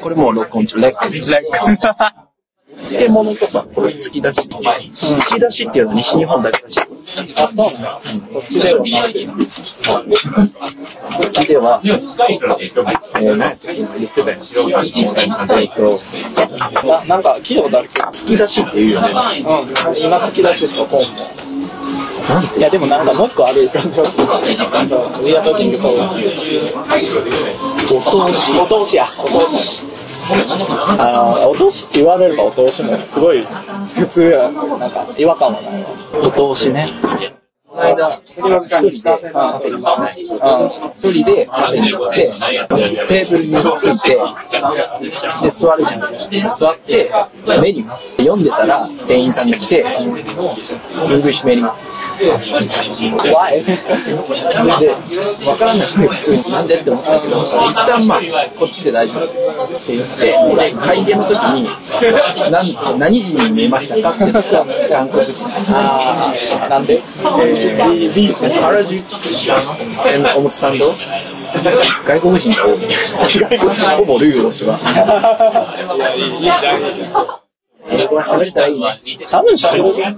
これもう録音中。レック。漬物とか、これ突き出し。突き出しっていうのは西日本だけらしい。あ、そうなんだ。こっちではな。こっちでは、えー、何やったっけ言ってたよ。えっ、と、ななんか、聞いたことあるけど。突き出しって言うよね。うん。今突き出ししかこうも。なんていや、でもなんかもう一個ある感じがする。親と人そう。お通し。お通しや。お通し。あーお通しって言われればお通しもすごい普通やな。なんか違和感はないわ。お通しね。この間、一人でカフェに行って、一人でカフェに行って、テーブルについて、で、座るじゃん。座って、メニュー読んでたら、店員さんが来て、イングリッシュメニュー。怖い。で、わからなくて普通になんでって思ったけど、一旦まあ、こっちで大丈夫ですって言って、で、会計の時に、なん何時に見えましたかって言ってさ、韓国人。あーなんでえーリリース原宿の表参道外国人が多い。ほぼルーオ氏は。英語は喋りたらいいね。多分しゃべる。いや、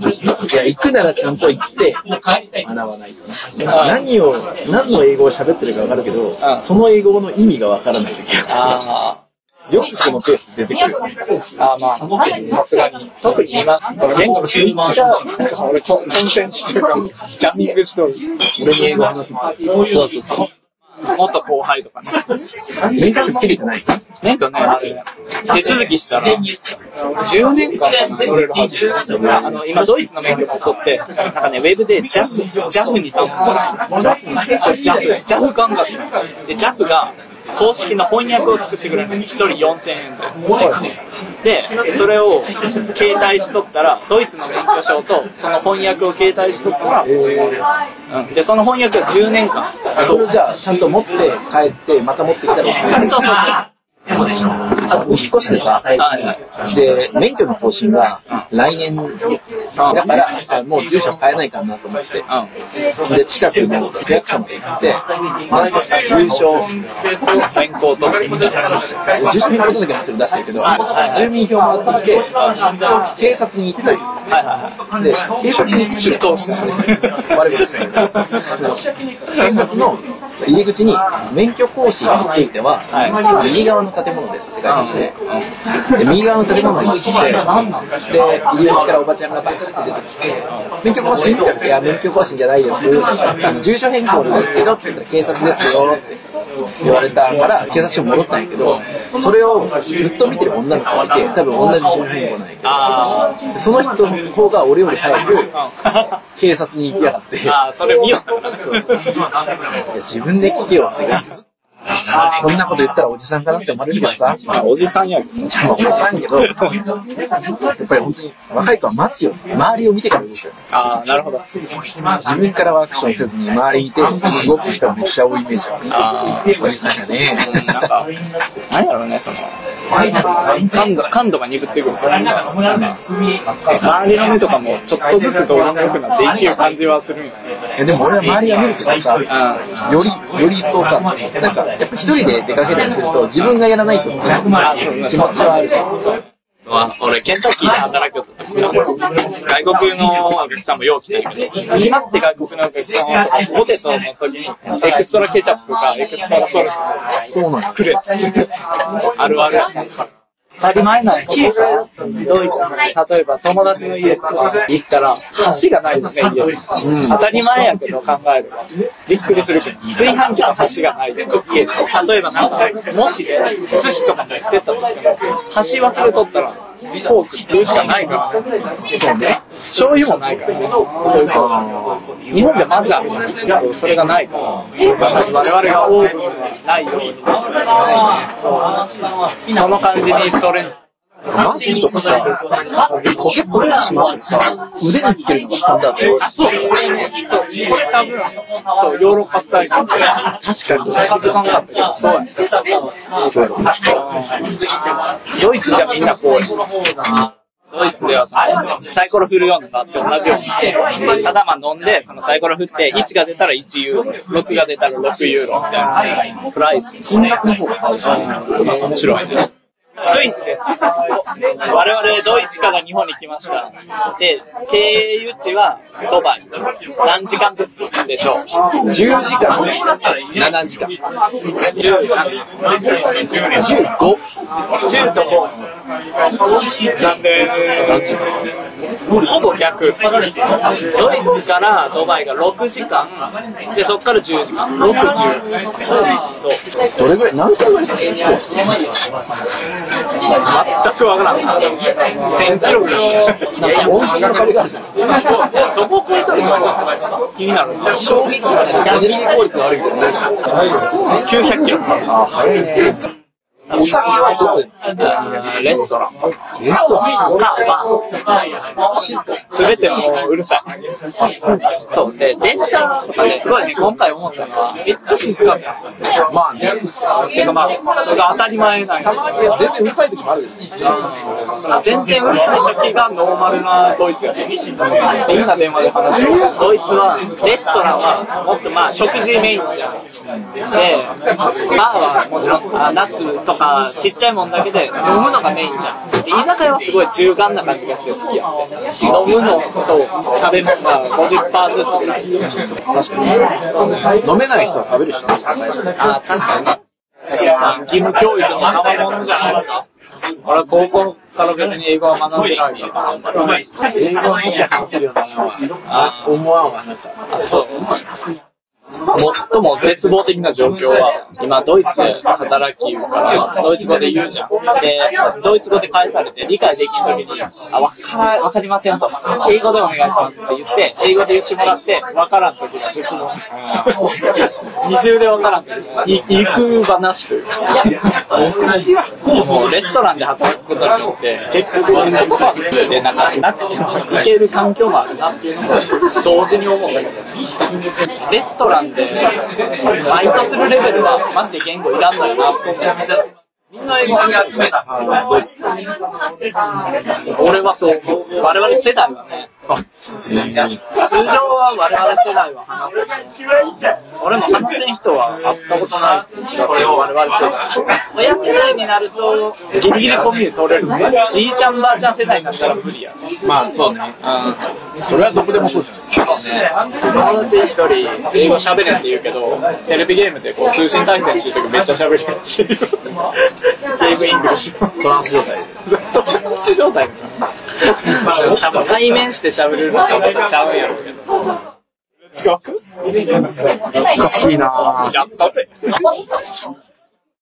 行くならちゃんと行って、学ばないとね。何を、何の英語を喋ってるかわかるけど、その英語の意味がわからない時あよくそのペースで出てくるよね。ーあー、まあ、さすがに。特に今、この言語のスイッチが、なんか俺、混戦してるから、ジャミングしとる。俺に英語話すの。そうそうそう。元後輩とかね。面接切れてない。なんかね、あれ、手続きしたら、10年間乗れるはず。あの、今、ドイツの免許も取って、なんかね、ウェブで JAF、JAF に頼んだら、そう JAF、JAF 感覚。で、JAF が、公式の翻訳を作ってくれるの。一人4000円で。で、それを携帯しとったら、ドイツの免許証と、その翻訳を携帯しとったら、うんで、その翻訳が10年間。それじゃあ、ちゃんと持って帰って、また持ってきたら、そうそうそう。引っ越してさ、で、免許の更新が来年、だから、あもう住所変えないかなと思って、で、近くの区役所まで行って、なんとか住所、変更とか。住所変更届もちろん出してるけど、住民票もらってきて、警察に行ったり、で、警察に出頭したのね。悪いことしたけど。警察の入り口に、免許更新については、右側の建物ですって書いてあって、で右側の建物に行って、で、入り口からおばちゃんがバッて出てきて、免許更新って言って、いや、免許更新じゃないです。住所変更なんですけど、って言ったら警察ですよって。言われたから警察署戻ったんやけどそれをずっと見てる女の子がいて多分同じ住所変更なんやけどあーその人の方が俺より早く警察に行きやがって、あー、それ見よう。そう自分で聞けよって感じ。こんなこと言ったらおじさんかなって思われるけどさ、まあおじさんやおじさんやけど、やっぱり本当に若い子は待つよ。周りを見てから動くよ。ああ、なるほど。自分からはアクションせずに周りにいて動く人がめっちゃ多いイメージある。おじさんやね。なんか、なんやろうね、その、感度感度が鈍ってくる。周りの目とかも、ちょっとずつどうでもよくなっていける感じはするんやね。えでも俺は周りが見るけどさ、より、より一層さ、なんか、やっぱ一人で出かけたりすると、自分がやらないとっていうあそう気持ちはあるし。わ俺、ケンタッキーで働きよった時さ、外国のお客さんもよう来たけど、今って外国のお客さんは、ポテトの時に、エクストラケチャップか、エクストラソルトそうなんや。くれっつって、あるあるやつ。当たり前なんやけどさ、ドイツの例えば友達の家とか行ったら、橋がないのね、家に。当たり前やけど考えるわ。びっくりするけど、炊飯器の橋がない家で。例えばなんか、もしね、寿司とか持ってったとしても、橋忘れとったら、フォークしかないから、そうね。醤油もないからね。そうそう日本じゃまずあるじゃん。そうそれがないから、我々がオーブンがないように。その感じにストレンジ。マスクとかさ、ポケットにしまってさ、腕につけるのがスタンダード。そう、これね、そう、これ多分、そう、ヨーロッパスタイル。確かに、気づかんかったけど、そうやね。そうやろ。ドイツじゃみんなこうや。ドイツではそのサイコロ振るようなさって同じように。ただまあ飲んで、そのサイコロ振って、1が出たら1ユーロ、6が出たら6ユーロみたいな。プライス。金額の方が変わるし。面白いね。ドイツです。我々ドイツから日本に来ました。で、経由地はドバイ。何時間ずつでしょう10時間7時間 ?15? 10と5。ほぼ逆。ドイツからドバイが6時間。で、そっから10時間。60。そう。そう。どれぐらい何回ぐらい飛行機全くわからん。1000キロぐらい。なんか温泉の壁があるじゃないですか。そこを超えたらどうなの気になる。衝撃があるし、ねじり効率が悪いけどね。 900キロ。あ、早いね。お酒はどこでレストラン。レストランか、バー。すべてもううるさい。そう。で、電車とかね、すごいね、今回思ったのは、めっちゃ静かじゃん。まあね。てかまあ、それが当たり前なんやたまに全然うるさい時もあるよね。全然うるさい時がノーマルなドイツやね。で今電話で話してるドイツは、レストランは、もっとまあ、食事メインじゃん。で、バーはもちろん、あナッツとか、ちっちゃいもんだけで、飲むのがメインじゃん。で居酒屋はすごい中間な感じがして好きやって。飲むのと食べ物が50%ずつぐらい。確かに。飲めない人は食べる人あー、確かにね。義務教育の賜物じゃないですか。俺は高校から別に英語は学んでないんだから。英語の話が話せるようにならんわあ、思わんわ、あなた。あそう。最も絶望的な状況は、今、ドイツで働きようから、ドイツ語で言うじゃん。で、ドイツ語で返されて、理解できん時に、あ、わから、わかりませんと。英語でお願いしますって言って、英語で言ってもらって、わからん時が絶望。二重でわからん時。い、行く話というか。難しいわ。もう、レストランで働くことによって、結局、言葉でなんか、なくても行ける環境もあるなっていうのも、同時に思うんだけど。レストランでバイトするレベルはマジで言語いらんのよなって思うみんな英語を集めた。あドイツ。俺はそう思う。我々世代はね。通常は我々世代は話せる。俺も話せん人は会ったことない。これを我々世代。親世代になると、ギリギリコミュニ取れる。じいちゃんばあちゃん世代になったら無理や。まあ、そうね。それはどこでもそうじゃない。友達一人、英語喋れんって言うけど、テレビゲームでこう通信対戦してるときめっちゃ喋れるし。ゲームイングリッシュ。トランス状態です。ずっと同じ状態多分対面して喋れるのとちゃうんやろうけど。違うおかしいなぁ。やったぜ。